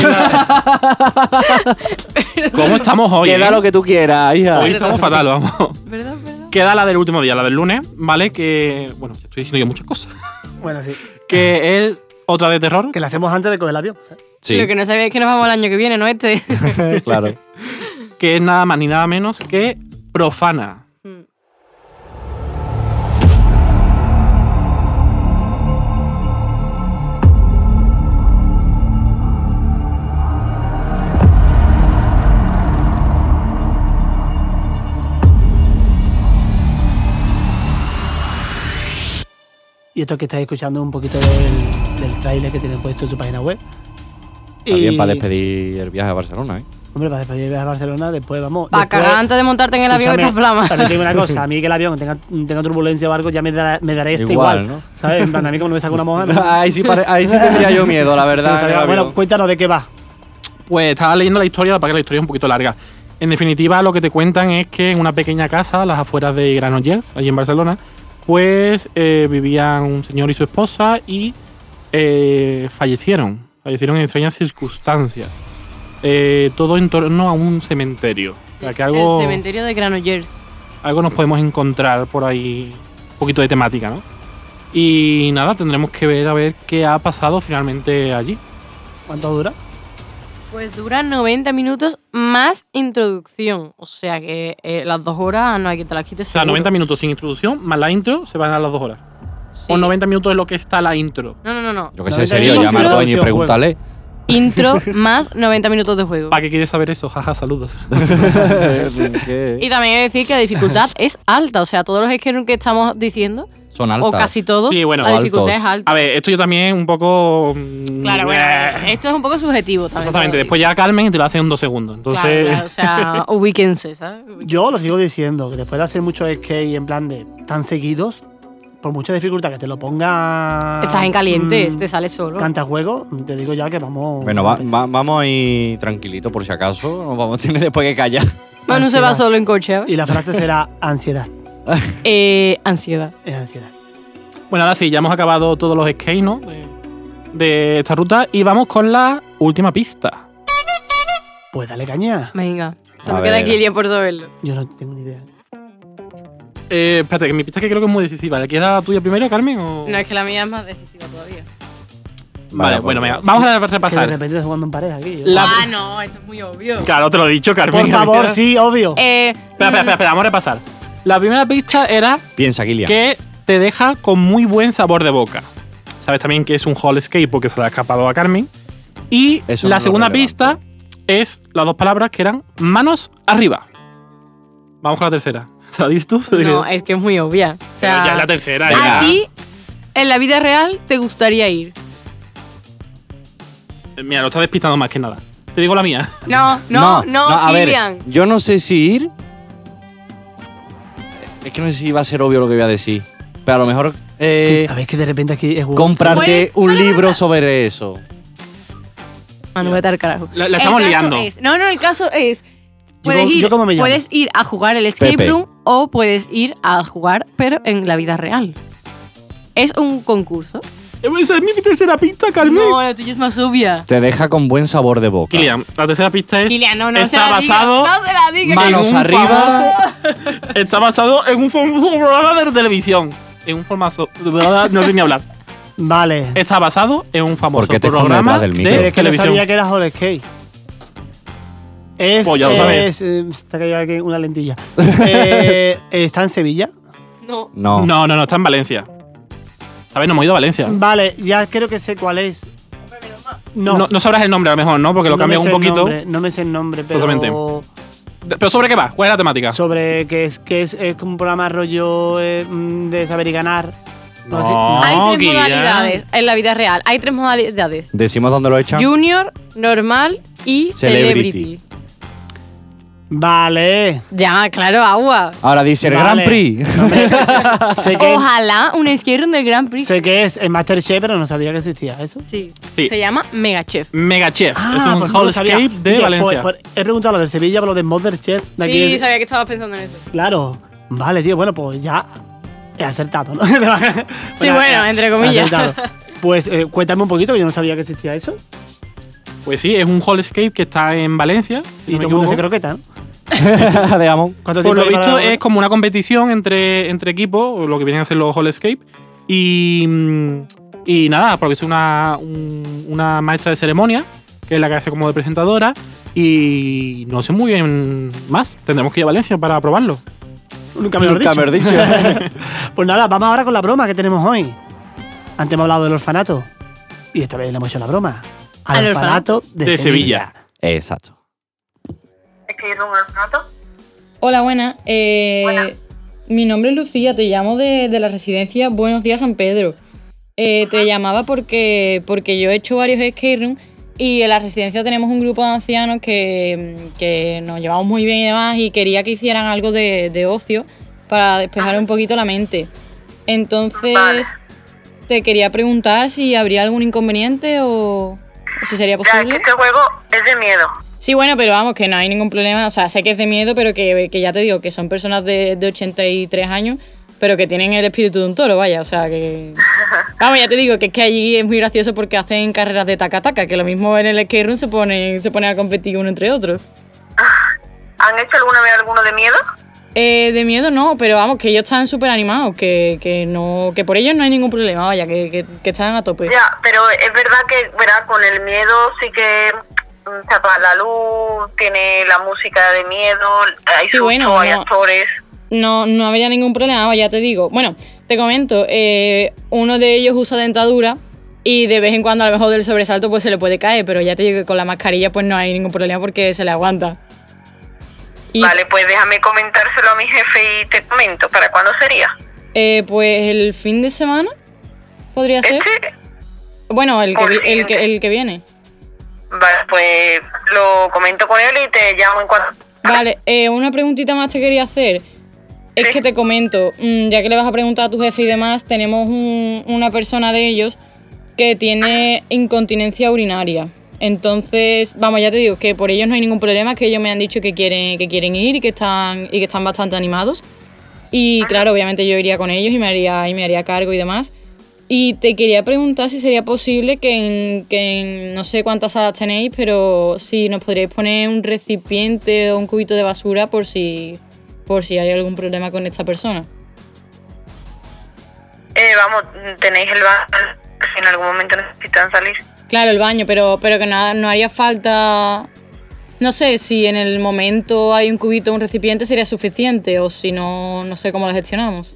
Speaker 4: ¿Cómo estamos hoy? eh?
Speaker 1: Queda lo que tú quieras, hija.
Speaker 4: Hoy estamos fatal, vamos.
Speaker 3: ¿Verdad, verdad?
Speaker 4: Queda la del último día, la del lunes, ¿vale? Que, bueno, estoy diciendo yo muchas cosas.
Speaker 2: Bueno, sí.
Speaker 4: Que es otra de terror.
Speaker 2: Que la hacemos antes de coger el avión. ¿sabes?
Speaker 1: Sí,
Speaker 3: Lo que no sabía es que nos vamos el año que viene, ¿no? Este.
Speaker 1: claro.
Speaker 4: que es nada más ni nada menos que profana.
Speaker 2: Y esto que estáis escuchando es un poquito del, del tráiler que tienen puesto en su página web.
Speaker 1: Está bien
Speaker 2: Y-
Speaker 1: para despedir el viaje a Barcelona, ¿eh?
Speaker 2: Hombre, para despedir viajes a Barcelona, después vamos.
Speaker 3: Para
Speaker 2: después-
Speaker 3: cagar antes de montarte en el avión
Speaker 2: Escúchame,
Speaker 3: esta flama.
Speaker 2: También te digo una cosa, a mí que el avión tenga, tenga turbulencia o algo, ya me, dará- me daré este
Speaker 1: Igual,
Speaker 2: igual.
Speaker 1: ¿no?
Speaker 2: ¿Sabes? En plan, a mí como no me saca una moja, no.
Speaker 1: Ahí sí, pare- ahí sí tendría yo miedo, la
Speaker 2: Pero
Speaker 1: verdad. en el
Speaker 2: sabía- bueno,
Speaker 1: avión.
Speaker 2: cuéntanos de qué va.
Speaker 4: Pues estaba leyendo la historia, para que la historia es un poquito larga. En definitiva, lo que te cuentan es que en una pequeña casa, a las afueras de Granollers, allí en Barcelona, pues eh, vivían un señor y su esposa y eh, fallecieron. Fallecieron en extrañas circunstancias. Eh, todo en torno a un cementerio. O sea, que algo,
Speaker 3: El cementerio de Granollers.
Speaker 4: algo nos podemos encontrar por ahí, un poquito de temática, ¿no? Y nada, tendremos que ver a ver qué ha pasado finalmente allí.
Speaker 2: ¿Cuánto dura?
Speaker 3: Pues dura 90 minutos más introducción. O sea que eh, las dos horas no hay que te las quites.
Speaker 4: O sea,
Speaker 3: seguro.
Speaker 4: 90 minutos sin introducción, más la intro, se van a las dos horas.
Speaker 3: Sí.
Speaker 4: O 90 minutos es lo que está la intro.
Speaker 3: No, no, no. no.
Speaker 1: Yo que sé, en
Speaker 2: No,
Speaker 1: serio,
Speaker 3: no,
Speaker 1: llama al
Speaker 3: no,
Speaker 1: dueño y
Speaker 2: no,
Speaker 1: pregúntale.
Speaker 3: Intro más 90 minutos de juego.
Speaker 4: ¿Para qué quieres saber eso? Jaja, saludos.
Speaker 3: Y también hay que decir que la dificultad es alta. O sea, todos los esquemas que estamos diciendo,
Speaker 1: Son
Speaker 3: o
Speaker 1: altas.
Speaker 3: casi todos,
Speaker 4: Sí, bueno,
Speaker 3: la dificultad
Speaker 1: altos.
Speaker 3: es alta.
Speaker 4: A ver, esto yo también un poco... mm,
Speaker 3: Claro, bueno,
Speaker 4: eh,
Speaker 3: esto es un poco subjetivo también.
Speaker 4: Exactamente,
Speaker 3: te lo digo.
Speaker 4: después ya Carmen y te lo hace en dos segundos.
Speaker 3: Claro,
Speaker 4: Entonces,
Speaker 3: claro, o sea, ubíquense, ¿sabes?
Speaker 2: Yo lo sigo diciendo, que después de hacer muchos skate en plan de tan seguidos, por mucha dificultad que te lo ponga.
Speaker 4: ah,
Speaker 3: Estás en caliente, este
Speaker 2: mm,
Speaker 3: te sale solo.
Speaker 2: Canta juego, te digo ya que vamos.
Speaker 1: Bueno, va- va- vamos ahí tranquilito por si acaso. Nos vamos a tener después que callar.
Speaker 3: Bueno, se va
Speaker 2: ansiedad.
Speaker 3: solo en coche, ¿eh?
Speaker 2: Y la frase será ansiedad.
Speaker 3: Eh, ansiedad.
Speaker 2: Es ansiedad.
Speaker 4: bueno, ahora sí, ya hemos acabado todos los skates, ¿no? De, de esta ruta y vamos con la última pista.
Speaker 2: Pues dale caña.
Speaker 3: Venga, se
Speaker 1: A
Speaker 3: me queda
Speaker 1: ver.
Speaker 3: aquí por saberlo.
Speaker 2: Yo no tengo ni idea.
Speaker 4: Eh, espérate, que mi pista que creo que es muy decisiva. ¿Le queda la tuya primero, Carmen? O...
Speaker 3: No, es que la mía es más decisiva todavía.
Speaker 4: Vale,
Speaker 1: Vale,
Speaker 4: bueno,
Speaker 1: vale.
Speaker 4: venga, vamos a
Speaker 2: Que de
Speaker 4: repasar.
Speaker 2: repente estoy jugando en pareja aquí. yo.
Speaker 4: La-
Speaker 3: Ah, no, eso es muy obvio.
Speaker 4: Claro, te lo he dicho, Carmen.
Speaker 2: Por favor,
Speaker 4: Espera,
Speaker 2: sí, obvio.
Speaker 3: Eh,
Speaker 4: espera, espera, espera, vamos a repasar. La primera pista era
Speaker 1: Piensa, Kilian.
Speaker 4: que te deja con muy buen sabor de boca. Sabes también que es un hall escape porque se lo ha escapado a Carmen. Y
Speaker 1: Eso no
Speaker 4: la
Speaker 1: lo
Speaker 4: segunda
Speaker 1: relevante.
Speaker 4: pista es las dos palabras que eran manos arriba. Vamos con la tercera. ¿Sabes tú?
Speaker 3: mm, No, es que es muy obvia. O
Speaker 4: Pero
Speaker 3: sea,
Speaker 4: ya es la tercera.
Speaker 3: a
Speaker 4: ya.
Speaker 3: ti, en la vida real, te gustaría ir.
Speaker 4: eh. Mira, lo estás despistando más que nada. Te digo la mía.
Speaker 3: No, no, no,
Speaker 1: a ver,
Speaker 3: Kilian.
Speaker 1: yo no sé si ir. Es que no sé si va a ser obvio lo que voy a decir. Pero a lo mejor eh,
Speaker 2: Que- a ver, que de repente aquí es juego.
Speaker 1: comprarte
Speaker 3: Pues,
Speaker 1: un libro sobre eso.
Speaker 3: Manu, vete al carajo.
Speaker 4: La,
Speaker 3: El
Speaker 4: la estamos
Speaker 3: caso
Speaker 4: liando.
Speaker 3: es- no, no, el caso es. Puedes,
Speaker 2: como-
Speaker 3: ir,
Speaker 2: yo como me llamo.
Speaker 3: puedes ir a jugar el escape
Speaker 1: Pepe.
Speaker 3: room o puedes ir a jugar, pero en la vida real. Es un concurso
Speaker 4: Eh, Esa es mi tercera pista, Carmen.
Speaker 6: No, la tuya es más obvia.
Speaker 1: Te deja con buen sabor de boca.
Speaker 4: Kilian, la tercera pista es.
Speaker 3: Kilian, no, no se
Speaker 4: está
Speaker 3: la digas,
Speaker 4: basado,
Speaker 6: No se la digas.
Speaker 1: Manos
Speaker 4: En un
Speaker 1: arriba.
Speaker 4: Está basado en un form- un programa de televisión. En un formato. No sé ni hablar. Pues,
Speaker 2: Vale.
Speaker 4: Está basado en un famoso
Speaker 1: ¿Por qué te escondes
Speaker 4: programa
Speaker 1: detrás del micro?
Speaker 4: de
Speaker 2: Pero es que no
Speaker 4: televisión.
Speaker 2: sabía que era Hall Skate. Es.
Speaker 4: Pues ya lo
Speaker 2: es
Speaker 4: sabes.
Speaker 2: eh, se te ha caído aquí una lentilla. Eh, ¿Está en Sevilla?
Speaker 6: No.
Speaker 1: No.
Speaker 4: No, no, no, está en Valencia. ¿Sabes? No hemos ido a Valencia.
Speaker 2: Vale, ya creo que sé cuál es. No.
Speaker 4: No, no sabrás el nombre a lo mejor, ¿no? Porque lo
Speaker 2: no me
Speaker 4: cambian
Speaker 2: sé
Speaker 4: un
Speaker 2: el
Speaker 4: poquito.
Speaker 2: nombre, no me sé el nombre, pero.
Speaker 4: Totalmente. ¿Pero sobre qué va? ¿Cuál es la temática?
Speaker 2: Sobre que es que es, es como un programa rollo eh, mm, de saber y ganar. No, así-
Speaker 4: No.
Speaker 2: no.
Speaker 3: Hay tres
Speaker 4: Kilian.
Speaker 3: modalidades en la vida real. Hay tres modalidades.
Speaker 1: Decimos dónde lo echan.
Speaker 3: Junior, normal y
Speaker 1: Celebrity.
Speaker 3: celebrity.
Speaker 2: Vale.
Speaker 3: Ya, claro, agua.
Speaker 1: Ahora dice el Grand
Speaker 2: Vale.
Speaker 1: Prix.
Speaker 2: No me- sé, que,
Speaker 3: Ojalá una izquierda del Grand Prix.
Speaker 2: sé que es el Masterchef, pero no sabía que existía eso.
Speaker 3: sí.
Speaker 4: Sí.
Speaker 3: Se llama Megachef.
Speaker 4: Megachef. es un
Speaker 2: pues no lo sabía.
Speaker 4: hallscape de
Speaker 2: Oye,
Speaker 4: Valencia.
Speaker 2: pues- pues he preguntado lo del Sevilla por lo de Masterchef. De aquí
Speaker 3: Sí,
Speaker 2: de-
Speaker 3: sabía que estabas pensando en eso.
Speaker 2: Claro. Vale, tío. Bueno, pues ya he acertado, ¿no?
Speaker 3: Sí, bueno, entre comillas.
Speaker 2: He acertado. Pues eh, cuéntame un poquito, que yo no sabía que existía eso.
Speaker 4: Pues sí, es un hallscape que está en Valencia. si
Speaker 2: Y
Speaker 4: no me
Speaker 2: todo el mundo se
Speaker 4: equivoco.
Speaker 2: croqueta, ¿no?
Speaker 1: de Amon.
Speaker 2: ¿Cuánto
Speaker 4: Por lo
Speaker 2: hay para-
Speaker 4: visto es como una competición entre, entre equipos, o lo que vienen a ser los hallscape. Y, mm, y nada, porque soy una, un- una maestra de ceremonia, que es la que hace como de presentadora. Y no sé muy bien más. Tendremos que ir a Valencia para probarlo.
Speaker 2: Nunca me lo has
Speaker 1: Nunca
Speaker 2: dicho.
Speaker 1: me lo has
Speaker 2: pues nada, vamos ahora con la broma que tenemos hoy. Antes hemos hablado del orfanato. Y esta vez le hemos hecho la broma. Al,
Speaker 3: Al
Speaker 2: orfanato, de,
Speaker 4: de
Speaker 2: Sevilla.
Speaker 4: Sevilla.
Speaker 1: Exacto.
Speaker 7: Estoy en un orfanato.
Speaker 3: Hola, buenas. Eh,
Speaker 7: Buenas.
Speaker 3: Mi nombre es Lucía, te llamo de, de la residencia Buenos Días San Pedro. Eh, te llamaba porque, porque yo he hecho varios skate rooms y en la residencia tenemos un grupo de ancianos que, mm, que nos llevamos muy bien y demás y quería que hicieran algo de, de ocio para despejar un poquito la mente. Entonces,
Speaker 7: Vale.
Speaker 3: te quería preguntar si habría algún inconveniente o, o si sería
Speaker 7: Ya,
Speaker 3: posible.
Speaker 7: es que este juego es de miedo.
Speaker 3: Sí, bueno, pero vamos, que no hay ningún problema. O sea, sé que es de miedo, pero que, que ya te digo, que son personas de, de 83 años, pero que tienen el espíritu de un toro, vaya. O sea, que. Vamos, ya te digo que es que allí es muy gracioso porque hacen carreras de taca-taca, que lo mismo en el skate room se ponen, se ponen a competir uno entre otro.
Speaker 7: ¿Han hecho alguna vez alguno de miedo?
Speaker 3: Eh, de miedo no, pero vamos, que ellos están súper animados, que, que no, que por ellos no hay ningún problema, vaya, que, que, que están a tope.
Speaker 7: Ya, pero es verdad que, verá, con el miedo sí que mm, se apaga la luz, tiene la música de miedo, hay
Speaker 3: Sí,
Speaker 7: susto,
Speaker 3: bueno,
Speaker 7: hay
Speaker 3: no.
Speaker 7: actores.
Speaker 3: No, no habría ningún problema, vamos, ya te digo. Bueno, te comento, eh, uno de ellos usa dentadura y de vez en cuando a lo mejor del sobresalto pues se le puede caer, pero ya te digo que con la mascarilla pues no hay ningún problema porque se le aguanta. Y,
Speaker 7: Vale, pues déjame comentárselo a mi jefe y te comento. ¿Para cuándo sería?
Speaker 3: eh, pues el fin de semana podría ser.
Speaker 7: ¿Este?
Speaker 3: Bueno, el que,
Speaker 7: Por
Speaker 3: vi- el, que,
Speaker 7: siguiente.
Speaker 3: el que viene.
Speaker 7: Vale, pues lo comento con él y te llamo en cuanto...
Speaker 3: Vale, eh, una preguntita más te quería hacer. Es que te comento, mm, ya que le vas a preguntar a tu jefe y demás, tenemos un- una persona de ellos que tiene incontinencia urinaria. Entonces, vamos, ya te digo que por ellos no hay ningún problema, que ellos me han dicho que quieren, que quieren ir y que están, y que están bastante animados. Y claro, obviamente yo iría con ellos y me haría, y me haría cargo y demás. Y te quería preguntar si sería posible que en, que en no sé cuántas salas tenéis, pero si nos podríais poner un recipiente o un cubito de basura por si, por si hay algún problema con esta persona.
Speaker 7: Eh, vamos, tenéis el bar si en algún momento necesitan salir.
Speaker 3: Claro, el baño, pero, pero que no, no haría falta... No sé si en el momento hay un cubito o un recipiente sería suficiente o si no, no sé cómo lo gestionamos.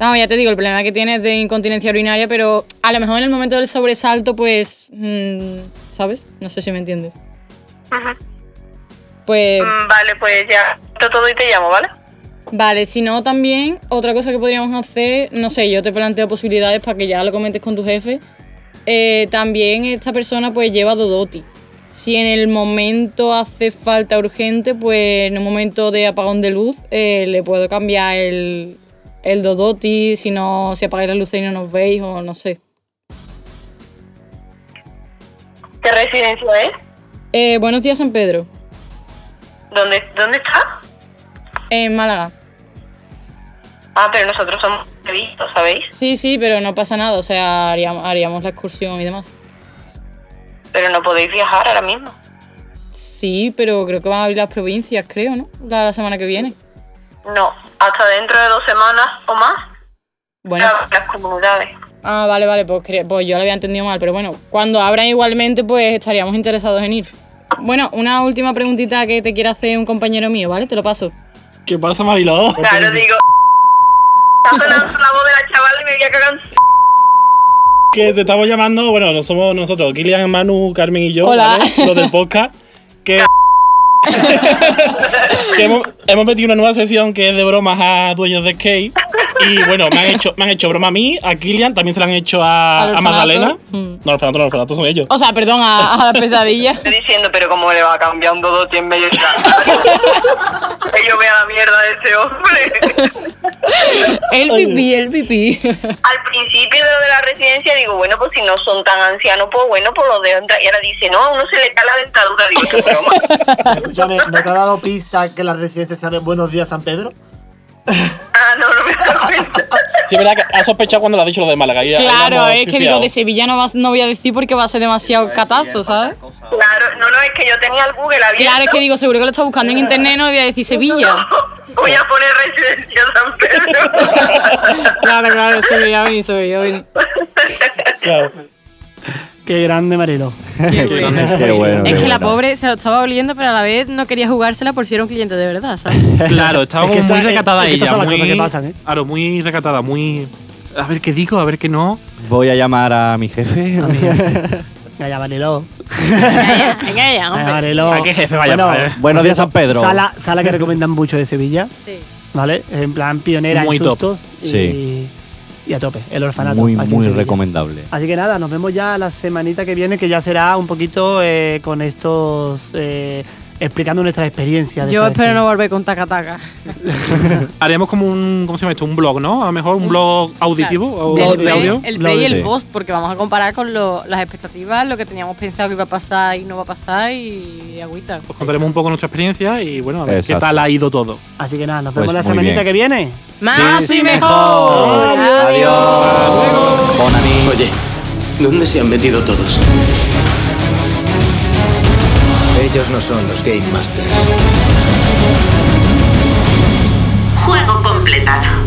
Speaker 3: No, ya te digo, el problema que tienes de incontinencia urinaria, pero a lo mejor en el momento del sobresalto, pues... mm, ¿Sabes? No sé si me entiendes. Pues...
Speaker 7: Mm, Vale, pues ya, todo, todo y te llamo, ¿vale?
Speaker 3: Vale, si no también, otra cosa que podríamos hacer, no sé, yo te planteo posibilidades para que ya lo comentes con tu jefe. Eh, también esta persona pues lleva Dodoti. Si en el momento hace falta urgente, pues en un momento de apagón de luz eh, le puedo cambiar el, el Dodoti, si no se apagáis las luces y no nos veis o no sé.
Speaker 7: ¿Qué residencia es?
Speaker 3: Eh, buenos días San Pedro,
Speaker 7: ¿Dónde, dónde está?
Speaker 3: en Málaga.
Speaker 7: Ah, pero nosotros somos previstos, ¿sabéis?
Speaker 8: Sí, sí, pero no pasa nada. O sea, haríamos, haríamos la excursión y demás.
Speaker 7: Pero no podéis viajar ahora mismo.
Speaker 8: Sí, pero creo que van a abrir las provincias, creo, ¿no? La, la semana que viene.
Speaker 7: No, hasta dentro de dos semanas o más.
Speaker 8: Bueno.
Speaker 7: abren Las comunidades.
Speaker 8: Ah, vale, vale, pues, cre- pues yo lo había entendido mal, pero bueno, cuando abran igualmente, pues estaríamos interesados en ir. Bueno, una última preguntita que te quiere hacer un compañero mío, ¿vale? Te lo paso.
Speaker 4: ¿Qué pasa, Mariló?
Speaker 7: Claro, digo. Está sonando la voz de la chavala y me voy a cagar. en-
Speaker 4: Que te estamos llamando, bueno, no somos nosotros, Kilian, Manu, Carmen y yo,
Speaker 8: Hola.
Speaker 4: ¿vale? Los del podcast. Que, que hemos, hemos metido una nueva sesión que es de bromas a dueños de skate. Y bueno, me han hecho, me han hecho broma a mí, a Kilian, también se la han hecho a,
Speaker 8: Al
Speaker 4: a Magdalena.
Speaker 8: orfanato. Mm.
Speaker 4: No, los orfanatos, no, los orfanatos son ellos.
Speaker 8: O sea, perdón, a, a la pesadilla.
Speaker 7: Estoy diciendo, pero cómo le va cambiando dos en medio de la- Que yo vea la mierda de ese hombre.
Speaker 8: El pipí, el pipí.
Speaker 7: Al principio de lo de la residencia digo, bueno, pues si no son tan ancianos, pues bueno, pues los dejan. tra- Y ahora dice, no, a uno se le cae la dentadura. Digo, qué broma.
Speaker 2: Escúchame, ¿no te ha dado pista que la residencia se llama Buenos Días San Pedro?
Speaker 7: Ah, no, no me he dado cuenta.
Speaker 4: Sí, es verdad que ha sospechado cuando lo has dicho lo de Málaga. y ahí lo
Speaker 8: Claro,
Speaker 4: hemos
Speaker 8: es que
Speaker 4: pifiado.
Speaker 8: digo, de Sevilla no, vas- no voy a decir porque va a ser demasiado catazo, ¿sabes?
Speaker 7: Claro, no, no, es que yo tenía el Google abierto.
Speaker 8: Claro, es que digo, seguro que lo está buscando en internet, no voy a decir Sevilla.
Speaker 7: Voy a poner residencia San Pedro.
Speaker 8: Claro, claro, Sevilla, vení, Sevilla, vení.
Speaker 4: Claro.
Speaker 2: Qué grande, Marilo.
Speaker 1: Qué bueno.
Speaker 3: Es
Speaker 1: qué
Speaker 3: que la
Speaker 1: bueno.
Speaker 3: pobre se lo estaba oliendo, pero a la vez no quería jugársela por si era un cliente de verdad, ¿sabes?
Speaker 4: Claro, estaba
Speaker 2: Es que
Speaker 4: como
Speaker 2: esa-
Speaker 4: muy
Speaker 2: es-
Speaker 4: recatada
Speaker 2: es que esas
Speaker 4: ella.
Speaker 2: son las
Speaker 4: muy,
Speaker 2: cosas que pasan, ¿eh?
Speaker 4: Claro, muy recatada, muy. A ver qué digo, a ver qué no.
Speaker 1: Voy a llamar a mi jefe.
Speaker 2: Vaya, Marilo.
Speaker 3: Venga ya,
Speaker 2: Vaya,
Speaker 3: hombre.
Speaker 2: Marilo.
Speaker 4: ¿A qué jefe vaya
Speaker 2: Bueno,
Speaker 4: para, eh?
Speaker 1: Buenos días, San Pedro.
Speaker 2: Sala, sala que recomiendan mucho de Sevilla,
Speaker 3: Sí.
Speaker 2: ¿vale? En plan pionera
Speaker 4: Muy
Speaker 2: en
Speaker 4: top.
Speaker 2: sustos.
Speaker 1: Sí.
Speaker 2: Y, y a tope, el orfanato.
Speaker 1: muy,
Speaker 2: aquí en
Speaker 1: muy
Speaker 2: Sevilla.
Speaker 1: recomendable.
Speaker 2: Así que nada, nos vemos ya la semanita que viene, que ya será un poquito eh, con estos. eh, explicando nuestra experiencia. De
Speaker 3: Yo
Speaker 2: esta
Speaker 3: espero
Speaker 2: vez.
Speaker 3: no volver con tacataca.
Speaker 4: Haremos como un. ¿Cómo se llama esto? Un blog, ¿no? A lo mejor un blog auditivo o
Speaker 3: El
Speaker 4: de
Speaker 3: play,
Speaker 4: audio.
Speaker 3: el
Speaker 2: Lo
Speaker 3: play y el
Speaker 1: dice.
Speaker 3: post, porque vamos a comparar con lo- las expectativas, lo que teníamos pensado que iba a pasar y no va a pasar y agüita.
Speaker 4: Os contaremos un poco nuestra experiencia y bueno, a ver
Speaker 1: Exacto.
Speaker 4: qué tal ha ido todo.
Speaker 2: Así que nada, nos
Speaker 1: Pues
Speaker 2: vemos la
Speaker 1: muy
Speaker 2: semanita
Speaker 1: bien.
Speaker 2: que viene.
Speaker 3: ¡Más
Speaker 1: Sí,
Speaker 3: y
Speaker 1: sí,
Speaker 3: mejor!
Speaker 1: Adiós. Bon Ami.
Speaker 9: Oye, ¿dónde se han metido todos? Ellos no son los Game Masters.
Speaker 10: Juego completado.